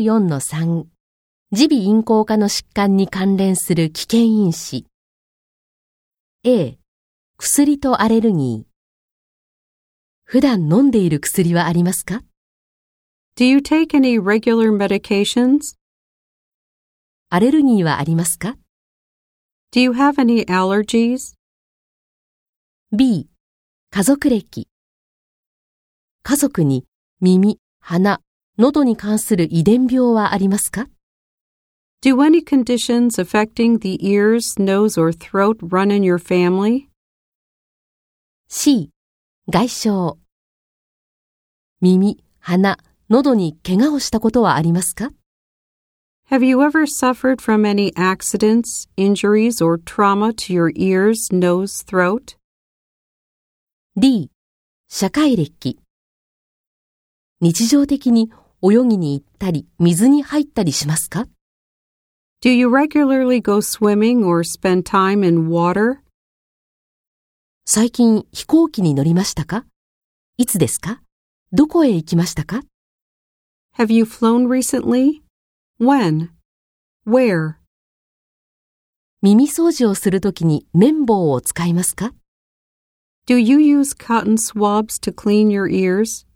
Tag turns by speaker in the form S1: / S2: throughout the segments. S1: 14-3耳鼻咽喉科の疾患に関連する危険因子 A 薬とアレルギー普段飲んでいる薬はありますか
S2: Do you take any regular medications?
S1: アレルギーはありますか
S2: Do you have any allergies?
S1: B、家族歴。家族に耳、鼻、喉に関する遺伝病はありますか
S2: Do any conditions affecting the ears, nose, or throat run in your family?
S1: ?C、外傷。耳、鼻、喉に怪我をしたことはありますか
S2: Have you ever suffered from any accidents, injuries, or trauma to your ears, nose, throat?
S1: ?D、社会歴。日常的に泳ぎに行ったり、水に入ったりしますか
S2: Do you regularly go swimming or spend time in water?
S1: 最近飛行機に乗りましたかいつですかどこへ行きましたか
S2: Have you flown recently? When? Where?
S1: 耳掃除をするときに綿棒を使いますか
S2: Do you use cotton swabs to clean your ears?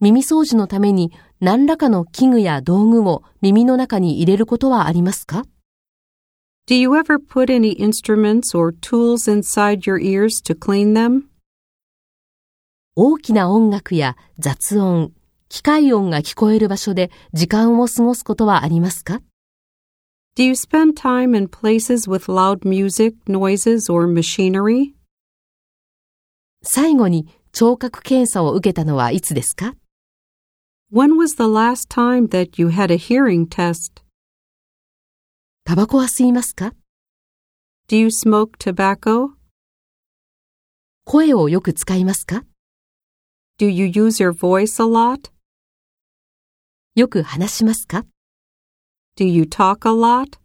S1: 耳掃除のために何らかの器具や道具を耳の中に入れることはありますか
S2: Do you ever put any instruments or tools inside your ears to clean them?
S1: 大きな音楽や雑音、機械音が聞こえる場所で時間を過ごすことはありますか
S2: Do you spend time in places with loud music, noises, or machinery?
S1: 最後に聴覚検査を受けたのはいつですか
S2: When was the last time that you had a hearing test?
S1: タバコは吸いますか
S2: Do you smoke tobacco?
S1: 声をよく使いますか
S2: Do you use your voice a lot?
S1: よく話しますか
S2: Do you talk a lot?